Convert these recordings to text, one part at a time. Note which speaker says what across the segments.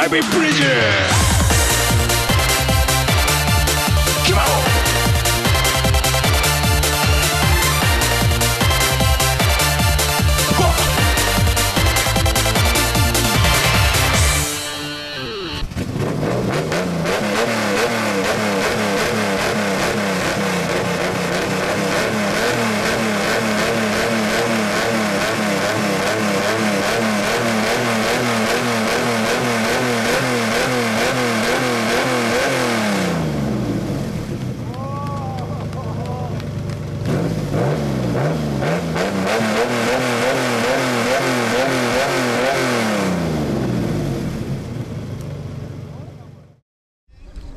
Speaker 1: Happy Bridges! Come on! Whoa!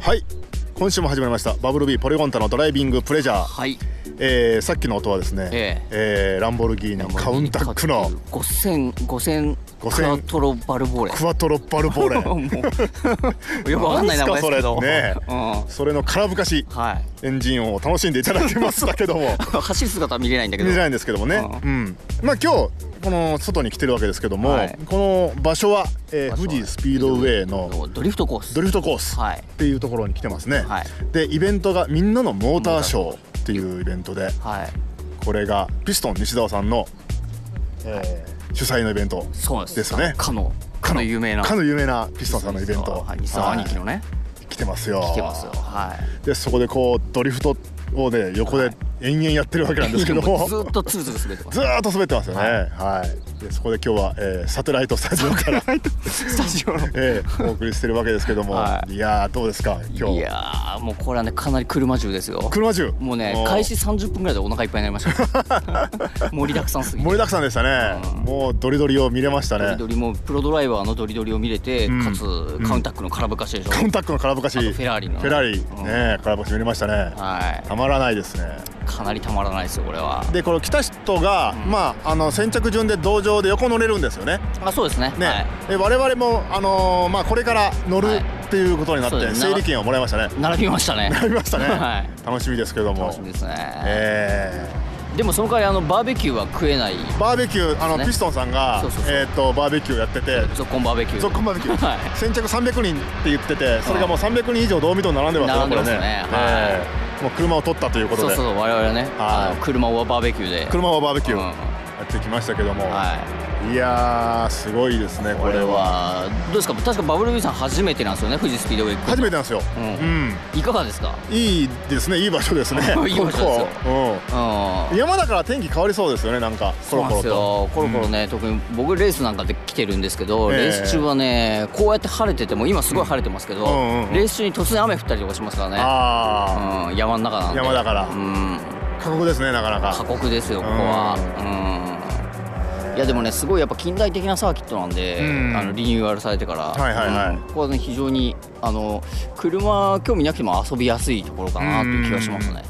Speaker 2: はい今週も始まりましたバブルビーポリゴンタのドライビングプレジャー、
Speaker 3: はい
Speaker 2: えーさっきの音はですね、
Speaker 3: え
Speaker 2: えーランボルギーニカウンタックの
Speaker 3: 5000 5000
Speaker 2: 5000
Speaker 3: クラトロバルボ レ
Speaker 2: クワトロバルボ
Speaker 3: も
Speaker 2: レ
Speaker 3: うよくわかんない名前ですけ
Speaker 2: なんすかそ
Speaker 3: ど
Speaker 2: れね
Speaker 3: うん
Speaker 2: それの空ぶかし
Speaker 3: はい
Speaker 2: エンジン音を楽しんでいただけましたけども
Speaker 3: 走る姿は見れないんだけ
Speaker 2: 見
Speaker 3: ど
Speaker 2: れないんですけどもね、
Speaker 3: う
Speaker 2: うんまあ今日この外に来てるわけですけども、
Speaker 3: はい
Speaker 2: この場所は、えー
Speaker 3: 場所は
Speaker 2: 富士スピードウェイの
Speaker 3: ドリフトコース
Speaker 2: ドリフトコース
Speaker 3: はい
Speaker 2: っていうところに来てますね、
Speaker 3: はい
Speaker 2: でイベントが「みんなのモーターショー」っていうイベントで
Speaker 3: はい
Speaker 2: これがピストン西澤さんの、えー主催のイベント
Speaker 3: そうです
Speaker 2: ですよね
Speaker 3: かのかの有名な
Speaker 2: かの有名なピストンさんのイベント
Speaker 3: はい西沢兄貴のね
Speaker 2: はい来てますよ
Speaker 3: 来てますよはい
Speaker 2: でそこでこうドリフトをね横で延々やってるわけなんですけ ども、
Speaker 3: ずーっとツルツル滑ってま す
Speaker 2: ずーっと滑ってますよね。は。
Speaker 3: はい
Speaker 2: でそこで今日は、えーサテライトスタジオ から、
Speaker 3: スタジオの
Speaker 2: えーお送りしてるわけですけども、、
Speaker 3: はい
Speaker 2: やーどうですか今日。
Speaker 3: いやーもうこれはねかなり車中ですよ
Speaker 2: 車中。
Speaker 3: もうね
Speaker 2: おー
Speaker 3: 開始30分ぐらいでお腹いっぱいになりま したよ盛りだくさんすぎて
Speaker 2: 盛りだくさんでしたね。もうドリドリを見れました
Speaker 3: ドリ
Speaker 2: ね
Speaker 3: ド。リもプロドライバーのドリドリを見れて、
Speaker 2: ん
Speaker 3: かつカウンタックの空ぶかしでしょ、
Speaker 2: コンタックの空ぶかし。
Speaker 3: あとフェラーリの
Speaker 2: フェラーリ
Speaker 3: うん
Speaker 2: ね空ぶかし見れましたね。
Speaker 3: は
Speaker 2: たまらないですね。
Speaker 3: いかなりたまらないですよこれは
Speaker 2: でこの来た人が、まああの先着順で同乗で横乗れるんですよね。
Speaker 3: あそうですね
Speaker 2: ね、
Speaker 3: はい
Speaker 2: で我々もあのーまあこれから乗
Speaker 3: は
Speaker 2: る
Speaker 3: い
Speaker 2: っていうことになって、
Speaker 3: そうです
Speaker 2: 整理券をもらいましたね。
Speaker 3: 並びましたね
Speaker 2: 並びま したね。
Speaker 3: はい
Speaker 2: 楽しみですけども。
Speaker 3: 楽しみですね、
Speaker 2: え
Speaker 3: でもその代わりあのバーベキューは食えない
Speaker 2: ー、バーベキューあの、
Speaker 3: ね
Speaker 2: ピストンさんが
Speaker 3: そうそうそう
Speaker 2: えー、とバーベキューやってて
Speaker 3: ゾッコンバーベキュー
Speaker 2: 続婚バーベキュー、
Speaker 3: はい
Speaker 2: 先着300人って言っててそれがもう300人以上同みと並んでますよ
Speaker 3: 並んでますね
Speaker 2: これ
Speaker 3: はい
Speaker 2: えーもう車を取ったということ
Speaker 3: そう
Speaker 2: で
Speaker 3: そうそう我々ね、
Speaker 2: はい
Speaker 3: あの車はバーベキューで
Speaker 2: 車はバーベキュー
Speaker 3: うん
Speaker 2: やってきましたけども、
Speaker 3: はい
Speaker 2: い、やーすごいですねこ
Speaker 3: こ
Speaker 2: れ
Speaker 3: れ
Speaker 2: は
Speaker 3: はどうですか確かバブルビーさん初めてなんですよね富士スピードウェイ
Speaker 2: 初めてなんですよ、
Speaker 3: う
Speaker 2: うんん
Speaker 3: いかがですか
Speaker 2: いいですねいい場所ですね
Speaker 3: いい場所ですよ
Speaker 2: ここ
Speaker 3: うん
Speaker 2: うん、山だから天気変わりそうですよねなんかコ
Speaker 3: そう
Speaker 2: ロ
Speaker 3: なん
Speaker 2: コ
Speaker 3: で
Speaker 2: ロ
Speaker 3: す
Speaker 2: と
Speaker 3: よコロコロね、特に僕レースなんかで来てるんですけど、
Speaker 2: ええ
Speaker 3: レース中はねこうやって晴れてても今すごい晴れてますけど、
Speaker 2: うんうんうん
Speaker 3: レース中に突然雨降ったりとかしますからね、
Speaker 2: あ
Speaker 3: うん、山の中な
Speaker 2: あ
Speaker 3: んで
Speaker 2: 山だから、
Speaker 3: うん
Speaker 2: 過酷ですねなかなか
Speaker 3: 過酷ですよここはうんいやでもねすごいやっぱ近代的なサーキットなんで、
Speaker 2: うん
Speaker 3: あのリニューアルされてから、
Speaker 2: はいはいはい
Speaker 3: うんここはね非常にあの車興味なくても遊びやすいところかなという気がしますね、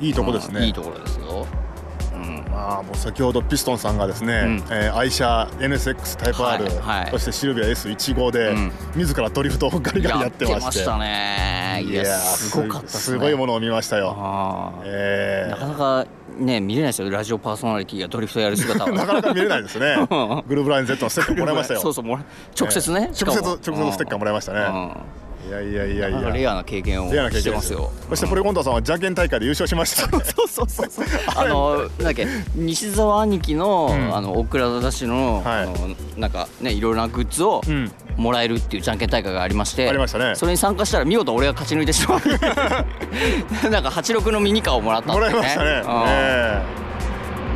Speaker 2: いいとこですね、
Speaker 3: うんいいところですよ、うん、
Speaker 2: まあ、もう先ほどピストンさんがですね、
Speaker 3: うん
Speaker 2: えー愛車 NSX タイプ R、
Speaker 3: はいはい
Speaker 2: そしてシルビア S15 で、
Speaker 3: うん
Speaker 2: 自らドリフトをガリガ リやってまして
Speaker 3: やたねい
Speaker 2: いや
Speaker 3: や
Speaker 2: ー
Speaker 3: すごかったっす
Speaker 2: す
Speaker 3: ね
Speaker 2: ごいものを見ましたよ、
Speaker 3: あー
Speaker 2: え
Speaker 3: なかなかね見れないですよラジオパーソナリティがドリフトやる姿は
Speaker 2: ー なかなか見れないです ね
Speaker 3: うん
Speaker 2: グルーブライン Z のステッカーもらいましたよ
Speaker 3: そうそうもら直接ね、
Speaker 2: えー
Speaker 3: しかも
Speaker 2: 直接直接ステッカーもらいましたねいやいやいやい
Speaker 3: うん
Speaker 2: や
Speaker 3: レアな経験を
Speaker 2: レアな経
Speaker 3: して
Speaker 2: 験で
Speaker 3: ますすよ
Speaker 2: よそしてポリコンタさんはじゃんけん大会で優勝しました、
Speaker 3: そうそうそうそうあのなんだっけ西澤兄貴の、
Speaker 2: うん
Speaker 3: あの大倉田氏の,、
Speaker 2: はい
Speaker 3: あのなんかねいろいろなグッズを
Speaker 2: うん
Speaker 3: もらえるっていうじゃんけん大会がありまして
Speaker 2: ありましたね
Speaker 3: それに参加したら見事俺が勝ち抜いてしま うなんか86のミニカーをもらったっ
Speaker 2: もら
Speaker 3: てね
Speaker 2: いましたね、
Speaker 3: うん
Speaker 2: え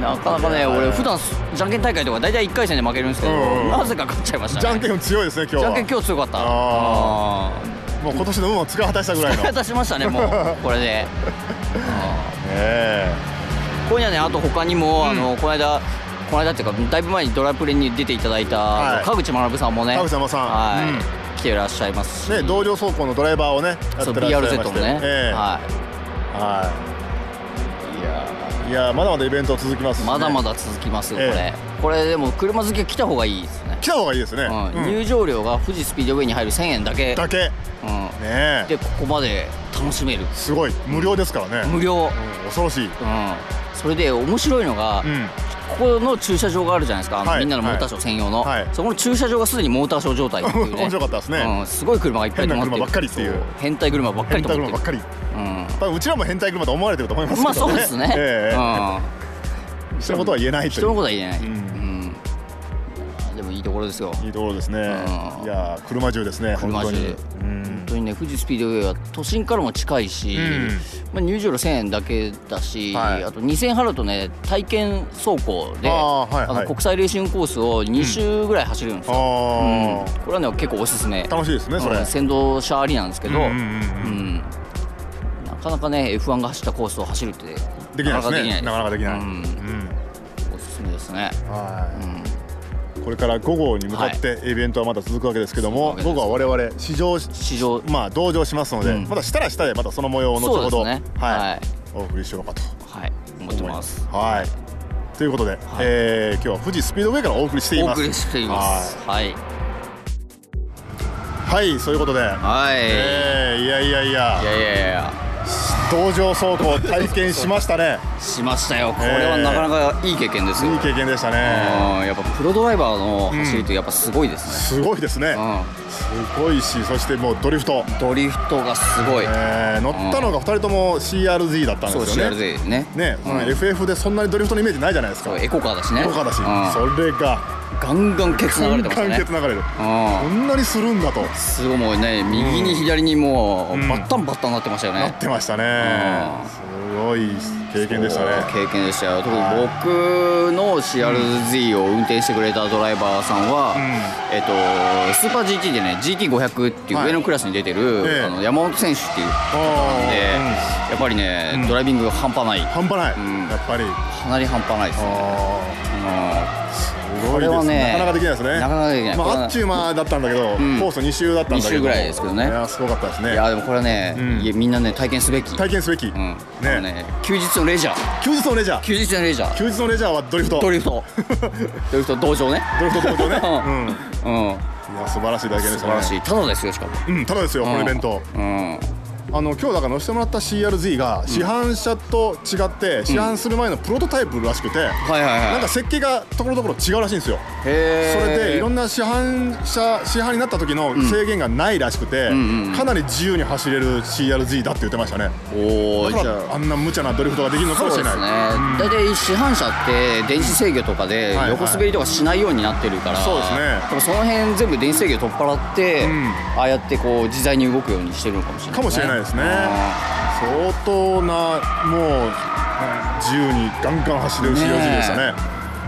Speaker 3: なかなかね、俺普段じゃんけん大会とか大体1回戦で負けるんですけど、
Speaker 2: うんうん
Speaker 3: なぜか勝っちゃいまし
Speaker 2: ー
Speaker 3: たね
Speaker 2: じゃんけん強いですね今日
Speaker 3: じ
Speaker 2: は
Speaker 3: ゃんけん今日強かった
Speaker 2: あもう今年の運を使い果たしたぐらいの
Speaker 3: うん出しましたねも うこれで
Speaker 2: え
Speaker 3: ここにはねあと他にも、あのこの間この間っていうかだいぶ前にドラプレに出ていただいた、
Speaker 2: はい
Speaker 3: 川口学さんもね
Speaker 2: 川口学さん
Speaker 3: はい、
Speaker 2: うん
Speaker 3: 来てらっしゃいますし
Speaker 2: ね、同僚走行のドライバーをね、や
Speaker 3: そう
Speaker 2: ってらっしゃいまして
Speaker 3: BRZ もね、
Speaker 2: ええ
Speaker 3: は
Speaker 2: はい。いやー、いやーまだまだイベント続きます、
Speaker 3: い
Speaker 2: ね。
Speaker 3: まだま
Speaker 2: だ。
Speaker 3: だ続きますよ、
Speaker 2: ええ
Speaker 3: これこれでも車好きは来た方がいいですね
Speaker 2: 来、た方がいいですね。
Speaker 3: うん
Speaker 2: うん
Speaker 3: 入場料が富士スピードウェイに入る1000円だけ
Speaker 2: だけ、ね
Speaker 3: うん、
Speaker 2: え
Speaker 3: でここまで楽しめる
Speaker 2: すごい無料ですからね。
Speaker 3: 無料、
Speaker 2: うん恐ろしい。
Speaker 3: うん、それで面白いのが、
Speaker 2: うん。
Speaker 3: ここの駐車場があるじゃないですか、あの
Speaker 2: はい
Speaker 3: みんなのモーターショー専用の、
Speaker 2: はい
Speaker 3: そこの駐車場がすでにモーターショー状態っていうね
Speaker 2: 面白かったですね
Speaker 3: うん、すごい車がいっぱい止まってる
Speaker 2: 変な車ばっかりっていう
Speaker 3: そ変態車ばっか
Speaker 2: 変
Speaker 3: りと
Speaker 2: 態
Speaker 3: 思っ
Speaker 2: 車
Speaker 3: て
Speaker 2: ばっかり
Speaker 3: るうん
Speaker 2: 多分うちらも変態車と思われてると思いますけどね
Speaker 3: まあそうですね、
Speaker 2: ええ
Speaker 3: うん、
Speaker 2: 人のことは言えないという
Speaker 3: 人のことは言えない、
Speaker 2: うん
Speaker 3: うんでもいいところですよ
Speaker 2: いいところですね、
Speaker 3: うん
Speaker 2: いやー車中ですね
Speaker 3: 車中
Speaker 2: 本当に、うん
Speaker 3: 本当にね富士スピードウェイは都心からも近いし、
Speaker 2: うん
Speaker 3: まあ、入場料1000円だけだし、
Speaker 2: はい
Speaker 3: あと2000円払うとね体験走行で
Speaker 2: あーはいはい
Speaker 3: の国際レーシングコースを2周ぐらい走れるんですよ、
Speaker 2: あ
Speaker 3: うん
Speaker 2: ー、
Speaker 3: これはね結構おすすめ
Speaker 2: 楽しいですねそれ、
Speaker 3: うん先導車ありなんですけど、
Speaker 2: う
Speaker 3: うんん
Speaker 2: うんうん
Speaker 3: なかなかね F1 が走ったコースを走るってで
Speaker 2: できないですねなかなかできない、
Speaker 3: う
Speaker 2: うんん
Speaker 3: おすすめですね、
Speaker 2: はい
Speaker 3: うん
Speaker 2: これから午後に向かってイベントはまだ続くわけですけども、
Speaker 3: はい
Speaker 2: 午後は我々試乗し
Speaker 3: 市場
Speaker 2: まあ同乗しますので、
Speaker 3: うん
Speaker 2: またしたらしたでまたその模様を後ほ
Speaker 3: そ
Speaker 2: ど、
Speaker 3: うですね
Speaker 2: は
Speaker 3: はいい、
Speaker 2: お送りしようかと
Speaker 3: はい思って
Speaker 2: 思い
Speaker 3: ま
Speaker 2: ますす。はいということで、えー今日は富士スピードウェイからお送りしてい
Speaker 3: お
Speaker 2: ます。
Speaker 3: 送りしていますはい
Speaker 2: はい、そういうことで、
Speaker 3: はい、
Speaker 2: えーいやいやい
Speaker 3: い
Speaker 2: や
Speaker 3: やいやいや
Speaker 2: 同乗走行体験しましたね。
Speaker 3: しましたよこれはなかなかいい経験ですよ、
Speaker 2: いい経験でしたね。
Speaker 3: うんやっぱプロドライバーの走りってやっぱすごいです
Speaker 2: す
Speaker 3: ね、
Speaker 2: ごいですね
Speaker 3: う。ん
Speaker 2: すごいし、そしてもうドリフト。
Speaker 3: ドリフトがすごい、
Speaker 2: えー乗ったのが2人とも CRZ だったん
Speaker 3: そう
Speaker 2: ですよね。
Speaker 3: CRZ ね
Speaker 2: ね、その
Speaker 3: うん
Speaker 2: FF でそんなにドリフトのイメージないじゃないですか
Speaker 3: そうエコカーだしね
Speaker 2: エコカーだし、
Speaker 3: うん
Speaker 2: それが
Speaker 3: ガンガンケツ流れてました
Speaker 2: 完
Speaker 3: ね
Speaker 2: 結流れるこ
Speaker 3: うん
Speaker 2: んなにするんだと
Speaker 3: すごいもうね右に左にもう
Speaker 2: うん
Speaker 3: バッタンバッタンなってましたよ
Speaker 2: な
Speaker 3: ね
Speaker 2: ってましたね
Speaker 3: うん
Speaker 2: すごい経験でしたね
Speaker 3: そう経験でしたよ特に僕の CRZ を運転してくれたドライバーさんは、えっとスーパー GT でね GT500 っていう
Speaker 2: はい
Speaker 3: 上のクラスに出てる、
Speaker 2: ええ
Speaker 3: あの山本選手っていう
Speaker 2: あ
Speaker 3: 方
Speaker 2: ー
Speaker 3: で、
Speaker 2: うん
Speaker 3: やっぱりね、ドライビングが半端ない
Speaker 2: 半端ない、
Speaker 3: うん
Speaker 2: やっぱり
Speaker 3: かなり半端ないですね
Speaker 2: あ
Speaker 3: うん
Speaker 2: ーすご
Speaker 3: こ
Speaker 2: い
Speaker 3: れ
Speaker 2: で
Speaker 3: は
Speaker 2: すな
Speaker 3: ね
Speaker 2: かなかできないですね
Speaker 3: なかなかできない
Speaker 2: ま
Speaker 3: これ
Speaker 2: あ、
Speaker 3: は
Speaker 2: あっちゅう間だったんだけど、
Speaker 3: ん
Speaker 2: コース2周だったんだけど
Speaker 3: 二周ぐらいですけどね
Speaker 2: いやすごかったです
Speaker 3: い
Speaker 2: ね
Speaker 3: やでもこれはね、
Speaker 2: うん
Speaker 3: いやみんなね体験すべき、うん
Speaker 2: 体験すべき、
Speaker 3: あの
Speaker 2: ね
Speaker 3: ね、休日のレジャー
Speaker 2: 休日のレジャー
Speaker 3: 休日のレジャー
Speaker 2: 休日のレジャーはドリフト
Speaker 3: ド
Speaker 2: ドリ
Speaker 3: リ フトドリフト同情ね
Speaker 2: フト登場ね、
Speaker 3: う
Speaker 2: うん
Speaker 3: うん
Speaker 2: いや素晴らしい体験で
Speaker 3: 素
Speaker 2: した
Speaker 3: 晴
Speaker 2: ね
Speaker 3: らしいただですよしかも
Speaker 2: うん、ただですよ、このイベント
Speaker 3: うん
Speaker 2: あの今日だから乗せてもらった CRZ が市販車と違って市販する前のプロトタイプらしくて、
Speaker 3: はいはいはい
Speaker 2: なんか設計がところどころ違うらしいんですよ、
Speaker 3: へ
Speaker 2: それでいろ
Speaker 3: ん
Speaker 2: んな市販車市販になった時の制限がないらしくて、
Speaker 3: んうん
Speaker 2: かなり自由に走れる CRZ だって言ってましたね
Speaker 3: お
Speaker 2: だ
Speaker 3: お
Speaker 2: か
Speaker 3: じゃ
Speaker 2: ら
Speaker 3: あ
Speaker 2: あんな無茶なドリフトができるのかもし
Speaker 3: そう
Speaker 2: れ
Speaker 3: で
Speaker 2: ない
Speaker 3: すね大体市販車って電子制御とかで
Speaker 2: はいはい
Speaker 3: 横滑りとかしないようになってるから
Speaker 2: そうですね
Speaker 3: でもその辺全部電子制御取っ払って
Speaker 2: ん
Speaker 3: ああやってこう自在に動くようにしてるのかもしれない
Speaker 2: かもしれないですね
Speaker 3: あ
Speaker 2: 相当なもう自由にガンガン走れる CRZ でしたね
Speaker 3: ね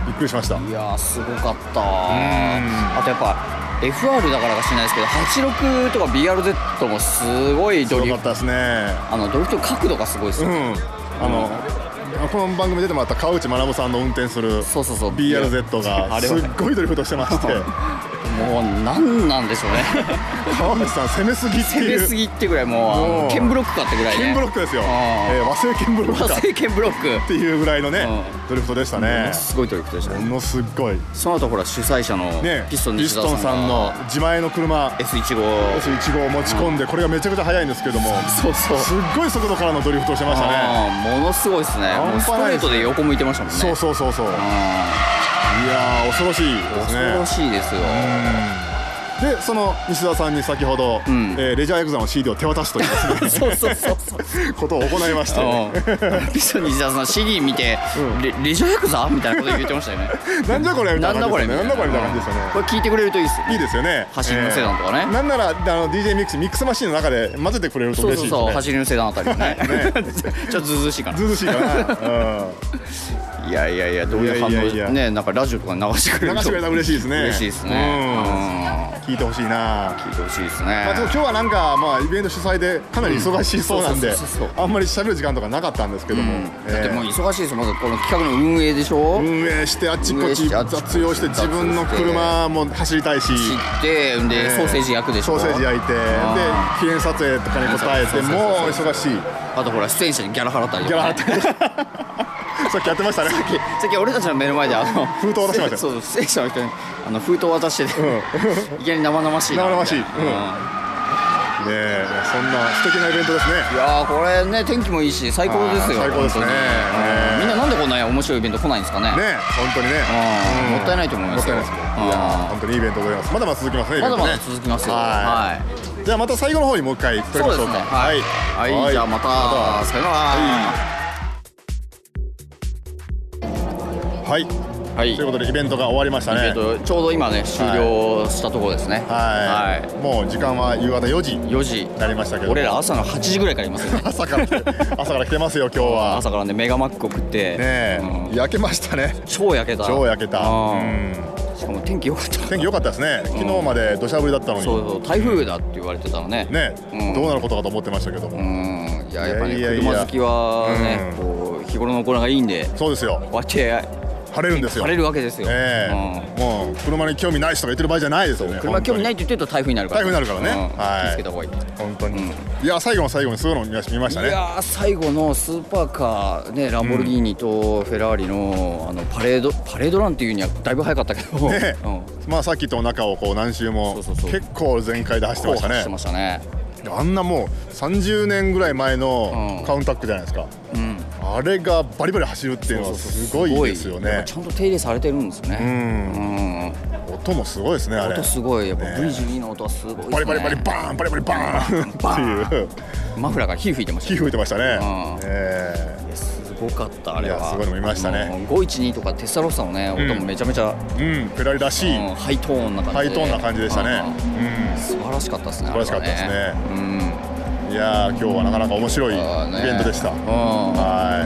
Speaker 2: びっくりしました
Speaker 3: ーいやーすごかった
Speaker 2: ん
Speaker 3: あとやっぱ FR だからかしれないですけど86とか BRZ もすごい
Speaker 2: す
Speaker 3: ド
Speaker 2: ご
Speaker 3: リ
Speaker 2: か
Speaker 3: フ
Speaker 2: ったですね
Speaker 3: あのドリフト角度がすごいです
Speaker 2: う
Speaker 3: よね
Speaker 2: ん、あの、この番組出てもらった川内学さんの運転する
Speaker 3: そうそうそう
Speaker 2: BRZ が
Speaker 3: あれ
Speaker 2: す
Speaker 3: は
Speaker 2: っ
Speaker 3: ね
Speaker 2: ごいドリフトしてま して
Speaker 3: もう何なんでしょう ね
Speaker 2: 川内さん攻めすぎって
Speaker 3: 攻め
Speaker 2: い
Speaker 3: す
Speaker 2: う
Speaker 3: ぎってぐらいもうあ
Speaker 2: もう
Speaker 3: の剣ブロックかってぐらいね
Speaker 2: 剣ブロックですよ、
Speaker 3: あー
Speaker 2: えー和製剣ブロックか
Speaker 3: 和
Speaker 2: っ
Speaker 3: 製剣ブロック
Speaker 2: ていうぐらいのね
Speaker 3: う
Speaker 2: ドリフトでしたね
Speaker 3: すごいトリックでした
Speaker 2: も
Speaker 3: ね
Speaker 2: のすっごい
Speaker 3: その後ほら主催者の
Speaker 2: ね
Speaker 3: ピストン
Speaker 2: ピ
Speaker 3: 西
Speaker 2: ス
Speaker 3: 澤
Speaker 2: トンさんの自前の車
Speaker 3: S15
Speaker 2: S1 号を持ち込んでこれがめちゃくちゃ速いんですけども
Speaker 3: そうそう
Speaker 2: すっごい速度からのドリフトをしてましたね
Speaker 3: あーものすごいですねもうストレートで横向いてましたもんね
Speaker 2: そうそうそうそうい
Speaker 3: あ
Speaker 2: やー恐ろしいで
Speaker 3: ー
Speaker 2: す
Speaker 3: 恐
Speaker 2: ね
Speaker 3: ろしいですよ
Speaker 2: でその西田さんに先ほど、
Speaker 3: ん
Speaker 2: えーレジャーヤクザの CD を手渡すというですね
Speaker 3: そうそうそうそう
Speaker 2: ことを行いまして
Speaker 3: うんピストン西澤さん CD 見て
Speaker 2: うん
Speaker 3: レレジャーヤクザみたいなこと言ってましたよね
Speaker 2: なんじゃこれみた
Speaker 3: ないん
Speaker 2: な
Speaker 3: だこ
Speaker 2: 感じ
Speaker 3: れ
Speaker 2: ですねなんだこれみたいな感じでした
Speaker 3: こ
Speaker 2: ね
Speaker 3: れ聞いてくれるといいですよ
Speaker 2: いいですよね
Speaker 3: 走りのセダンとかね
Speaker 2: えーなんならあの DJ ミックスミックスマシーンの中で混ぜてくれると
Speaker 3: そう
Speaker 2: 嬉
Speaker 3: そ
Speaker 2: し
Speaker 3: う
Speaker 2: い
Speaker 3: そう、
Speaker 2: ですね
Speaker 3: 走りのセダンあたりね。 ちょっとずうずうしいか
Speaker 2: ずうずうしいかな、う ん
Speaker 3: な。いやいやいや、どういう反
Speaker 2: いやいやいや
Speaker 3: 応ね、なんかラジオとかに流してくれると。
Speaker 2: 流してくれたら嬉しいですね
Speaker 3: 嬉しいですね。
Speaker 2: 聞いてほしいな
Speaker 3: うん聞いてほしいです
Speaker 2: まあ、ちょっ
Speaker 3: ね
Speaker 2: と。今日はなんか、まあ、イベント主催でかなり忙しそうなんで、
Speaker 3: うんそうそうそうそ
Speaker 2: あ
Speaker 3: う
Speaker 2: んまり喋る時間とかなかったんですけども、
Speaker 3: だって
Speaker 2: えー
Speaker 3: もう忙しいですよ、まずこの企画の運営でしょ。
Speaker 2: 運営してあっちこっ
Speaker 3: 運営し
Speaker 2: ち
Speaker 3: てあっちこっち
Speaker 2: 雑用して自分の車も走りたいし
Speaker 3: 知って、で、ソーセージ焼くでし
Speaker 2: ソ
Speaker 3: ょ。
Speaker 2: ーセージ焼いてで
Speaker 3: あ
Speaker 2: 記念撮影とかに応えて
Speaker 3: そうそうそうそう
Speaker 2: もう忙しい
Speaker 3: あとほら、出演者にギャラ払ったり
Speaker 2: ギ
Speaker 3: と
Speaker 2: ャラ
Speaker 3: かね。
Speaker 2: 払ってさっきやってましたねさっき
Speaker 3: さっき俺たちの目の前であの
Speaker 2: 封筒渡しましたよ
Speaker 3: そう出演者の人にあの封筒渡してて、
Speaker 2: ん
Speaker 3: いきなり生々しいな
Speaker 2: 生々しいうん
Speaker 3: うんい
Speaker 2: ねえそんな素敵なイベントですね
Speaker 3: いやーこれね天気もいいし最高ですよ
Speaker 2: はい最高ですね
Speaker 3: 本当に
Speaker 2: ね
Speaker 3: うんみんななんでこんな面白いイベント来ないんですかね
Speaker 2: ねえ本当にね
Speaker 3: うん
Speaker 2: うん
Speaker 3: もったいないと思いますよ
Speaker 2: もったいないですいやー
Speaker 3: うん
Speaker 2: 本当にいいイベントでございますまだまだ続きますねイベ
Speaker 3: ま
Speaker 2: ン
Speaker 3: だ
Speaker 2: トね
Speaker 3: まだ続きますよ
Speaker 2: は
Speaker 3: はい
Speaker 2: いじゃあまた最後の方にもう一回撮り
Speaker 3: そう
Speaker 2: ま
Speaker 3: で
Speaker 2: しょ
Speaker 3: す
Speaker 2: う
Speaker 3: ね
Speaker 2: か
Speaker 3: はい、はいじゃあまたさよなら
Speaker 2: はい
Speaker 3: はい、
Speaker 2: ということでイベントが終わりましたね
Speaker 3: えっとちょうど今ね終了したところですね
Speaker 2: はい、もう時間は夕方4時
Speaker 3: はい
Speaker 2: に
Speaker 3: 4時
Speaker 2: なりましたけど
Speaker 3: 俺ら朝の8時ぐらいからいますよね
Speaker 2: 朝から来 て朝から来てますよ今日は
Speaker 3: 朝からねメガマック食って
Speaker 2: ねえ、
Speaker 3: うん
Speaker 2: 焼けましたね
Speaker 3: 超焼けた
Speaker 2: 超焼けた、
Speaker 3: う
Speaker 2: うんん、
Speaker 3: しかも天気良かった
Speaker 2: 天気良かったですね昨日まで土砂降りだったのに
Speaker 3: そうそう台風だって言われてたのね
Speaker 2: ね、
Speaker 3: うん
Speaker 2: どうなることかと思ってましたけども、
Speaker 3: うんいややっぱね
Speaker 2: いやいやいや
Speaker 3: 車好きはね、
Speaker 2: う
Speaker 3: こう日頃の行いがいいんで
Speaker 2: そうですよ
Speaker 3: こうやって
Speaker 2: 晴れるんですよ
Speaker 3: 晴れるわけですよ、
Speaker 2: ええもう車に興味ない人が言ってる場合じゃないですよ
Speaker 3: う
Speaker 2: ね
Speaker 3: ん、車興味ないって言ってると台風になるから、
Speaker 2: 台風になるからね
Speaker 3: うん
Speaker 2: はい
Speaker 3: 気をつけた方がいい、
Speaker 2: 本当に、本当にいや最後の最後にそういうの見ま見ました
Speaker 3: い
Speaker 2: ね
Speaker 3: やー最後のスーパーカーねランボルギーニとフェラーリのあのパレードパレードランっていうにはだいぶ早かったけど、
Speaker 2: ね
Speaker 3: うん
Speaker 2: まあさっきと中をこう何周も
Speaker 3: そうそうそう
Speaker 2: 結構全開で走ってました
Speaker 3: 走
Speaker 2: ね
Speaker 3: ってましたね
Speaker 2: あんなもう30年ぐらい前の
Speaker 3: うん
Speaker 2: カウンタックじゃないですか、
Speaker 3: うん
Speaker 2: あれがバリバリ走るっていうのはすごいですよ
Speaker 3: やっぱ
Speaker 2: ね
Speaker 3: ちゃんと手入れされてるんですねうん
Speaker 2: 音もすごいですねあれ
Speaker 3: 音すごいやっぱ
Speaker 2: ね
Speaker 3: V12 の音はすごいですね
Speaker 2: バリバリバリバーンバリバリバーン
Speaker 3: バーン
Speaker 2: っていう
Speaker 3: マフラーから火吹いてました
Speaker 2: 火吹いてましたね
Speaker 3: うん、
Speaker 2: ええ
Speaker 3: すごかったあれ
Speaker 2: いや
Speaker 3: は
Speaker 2: すごいの見ましたね
Speaker 3: あの512とかテッサロッサのね音もめちゃめちゃ、
Speaker 2: うんフェラリらしい、
Speaker 3: うんハイトーンな感じで
Speaker 2: ハイトーンな感じでしたね
Speaker 3: うん素晴らしかったですね
Speaker 2: 素晴らしかったですね
Speaker 3: あれはね
Speaker 2: うんいやー今日はなかなか面白いイ
Speaker 3: あーね
Speaker 2: ベントでした、
Speaker 3: うん
Speaker 2: は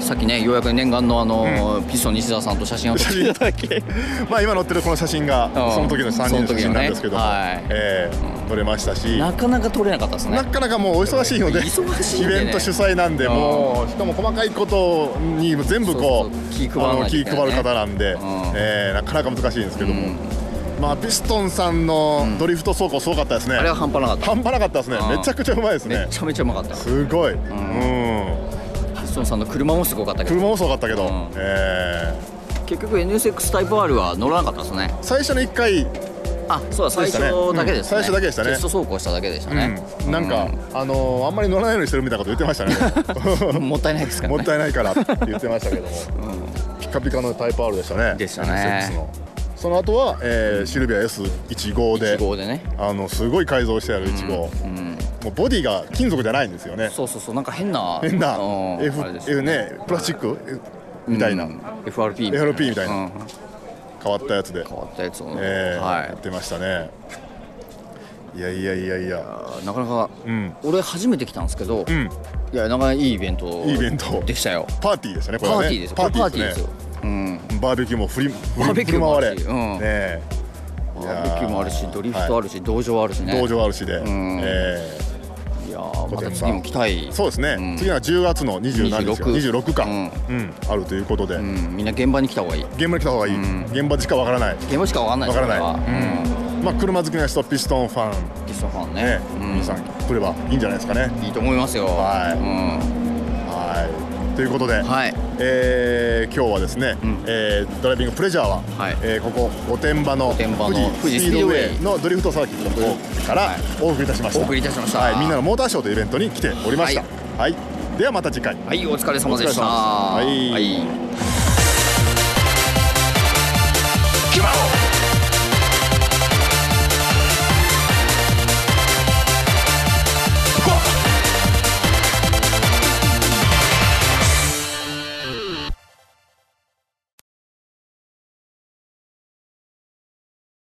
Speaker 3: ささっきねようやく念願のあの、ピストン西澤さんと写真を
Speaker 2: い
Speaker 3: 撮っ
Speaker 2: 写真だ
Speaker 3: て
Speaker 2: けまあ今載ってるこの写真が
Speaker 3: ん
Speaker 2: その時の3人の写真なんですけども、
Speaker 3: その時のねはい
Speaker 2: えー撮れましたし
Speaker 3: なかなか撮れなかったですね
Speaker 2: なかなかもうお忙しいので
Speaker 3: 忙しいん
Speaker 2: イ
Speaker 3: でね
Speaker 2: ベント主催なんで
Speaker 3: うん
Speaker 2: もうしかも細かいことに全部こう
Speaker 3: そうそう気配らない
Speaker 2: あの
Speaker 3: と
Speaker 2: 気
Speaker 3: いけないね
Speaker 2: 配る方なんで、
Speaker 3: ん
Speaker 2: えーなかなか難しいんですけども、
Speaker 3: うん
Speaker 2: まあピストンさんのドリフト走行すごかったですね、
Speaker 3: あれは半端なかった
Speaker 2: 半端なかったですね
Speaker 3: うん
Speaker 2: めちゃくちゃうまいです
Speaker 3: め
Speaker 2: ね
Speaker 3: ちゃめちゃうまかった
Speaker 2: すごい、うん
Speaker 3: ピストンさんの車もすごかったけど
Speaker 2: 車もすごかったけど、
Speaker 3: うん
Speaker 2: えー
Speaker 3: 結局 NSX タイプ R は乗らなかったですね
Speaker 2: 最初の1回、
Speaker 3: あそうだ
Speaker 2: そう
Speaker 3: 最
Speaker 2: でしたね
Speaker 3: 初だけですね、
Speaker 2: うん最初だけでしたね
Speaker 3: テスト走行しただけでしたね、
Speaker 2: うんなんか、あのーあんまり乗らないようにしてるみたいなこと言ってました
Speaker 3: うん
Speaker 2: ね
Speaker 3: もったいないですから
Speaker 2: も
Speaker 3: ね
Speaker 2: ったいないからって言ってましたけども、ピカピカのタイプ R でしたね
Speaker 3: でしたね
Speaker 2: NSX のその後は、えーシルビア S15 で
Speaker 3: 1号でね
Speaker 2: あのすごい改造してある1号、
Speaker 3: う
Speaker 2: も
Speaker 3: ん
Speaker 2: うボディが金属じゃないんですよね
Speaker 3: そうそうそうなんか変な
Speaker 2: 変な
Speaker 3: うんあ
Speaker 2: F
Speaker 3: れです
Speaker 2: F ねプラスチックえみたいな、
Speaker 3: うん FRP み
Speaker 2: FRP みたいな
Speaker 3: うん
Speaker 2: 変わったやつで
Speaker 3: 変わったやつを、
Speaker 2: えーやっ
Speaker 3: は
Speaker 2: てましたねいやいやいやいや
Speaker 3: いなかなか、
Speaker 2: うん
Speaker 3: 俺初めて来たんですけど、
Speaker 2: うん
Speaker 3: いやなかなかいいイベント
Speaker 2: いいイベント
Speaker 3: でしたよ
Speaker 2: パーティーでしたねこれ
Speaker 3: パ
Speaker 2: は
Speaker 3: ー
Speaker 2: ね
Speaker 3: ティーですよ
Speaker 2: パーティー
Speaker 3: これパーティー
Speaker 2: で
Speaker 3: ですす
Speaker 2: ね
Speaker 3: よ、うん、
Speaker 2: バーベキューも振り
Speaker 3: バーベキューもあるし
Speaker 2: 振り回れ、
Speaker 3: うん
Speaker 2: ねえ
Speaker 3: バーベキューもあるしドリフトあるし、道場あるしね
Speaker 2: 道場あるしで、
Speaker 3: ん
Speaker 2: え
Speaker 3: いやーまた次も来たい
Speaker 2: えそうですね、
Speaker 3: うん
Speaker 2: 次は10月の27日か
Speaker 3: 26
Speaker 2: 26か、
Speaker 3: う
Speaker 2: うんんあるということで、
Speaker 3: うん、みんな現場に来た方がいい
Speaker 2: 現場に来た方がいい、
Speaker 3: ん
Speaker 2: 現場でしかわからない
Speaker 3: 現場しかわかんない
Speaker 2: わ
Speaker 3: です
Speaker 2: から
Speaker 3: これは
Speaker 2: ない、うんまあ車好きな人ピストンファン
Speaker 3: うんゲストファンね
Speaker 2: ね、
Speaker 3: うん
Speaker 2: 皆さん来ればいいんじゃないですかね、
Speaker 3: いいと思いますよ
Speaker 2: はい
Speaker 3: うん
Speaker 2: はいということで、
Speaker 3: はい
Speaker 2: えー今日はですね、
Speaker 3: ん
Speaker 2: えードライビングプレジャーは、
Speaker 3: はい
Speaker 2: えーここ御殿場の
Speaker 3: 御殿場の
Speaker 2: 富士スピードウェイのドリフトサーキットの方から
Speaker 3: はい
Speaker 2: お送りいたしました、
Speaker 3: お送りいたしました
Speaker 2: はい、みんなのモーターショーというイベントに来ておりました、はいではまた次回
Speaker 3: はいお疲れ様でした
Speaker 2: お疲れ様でしたはい
Speaker 3: はい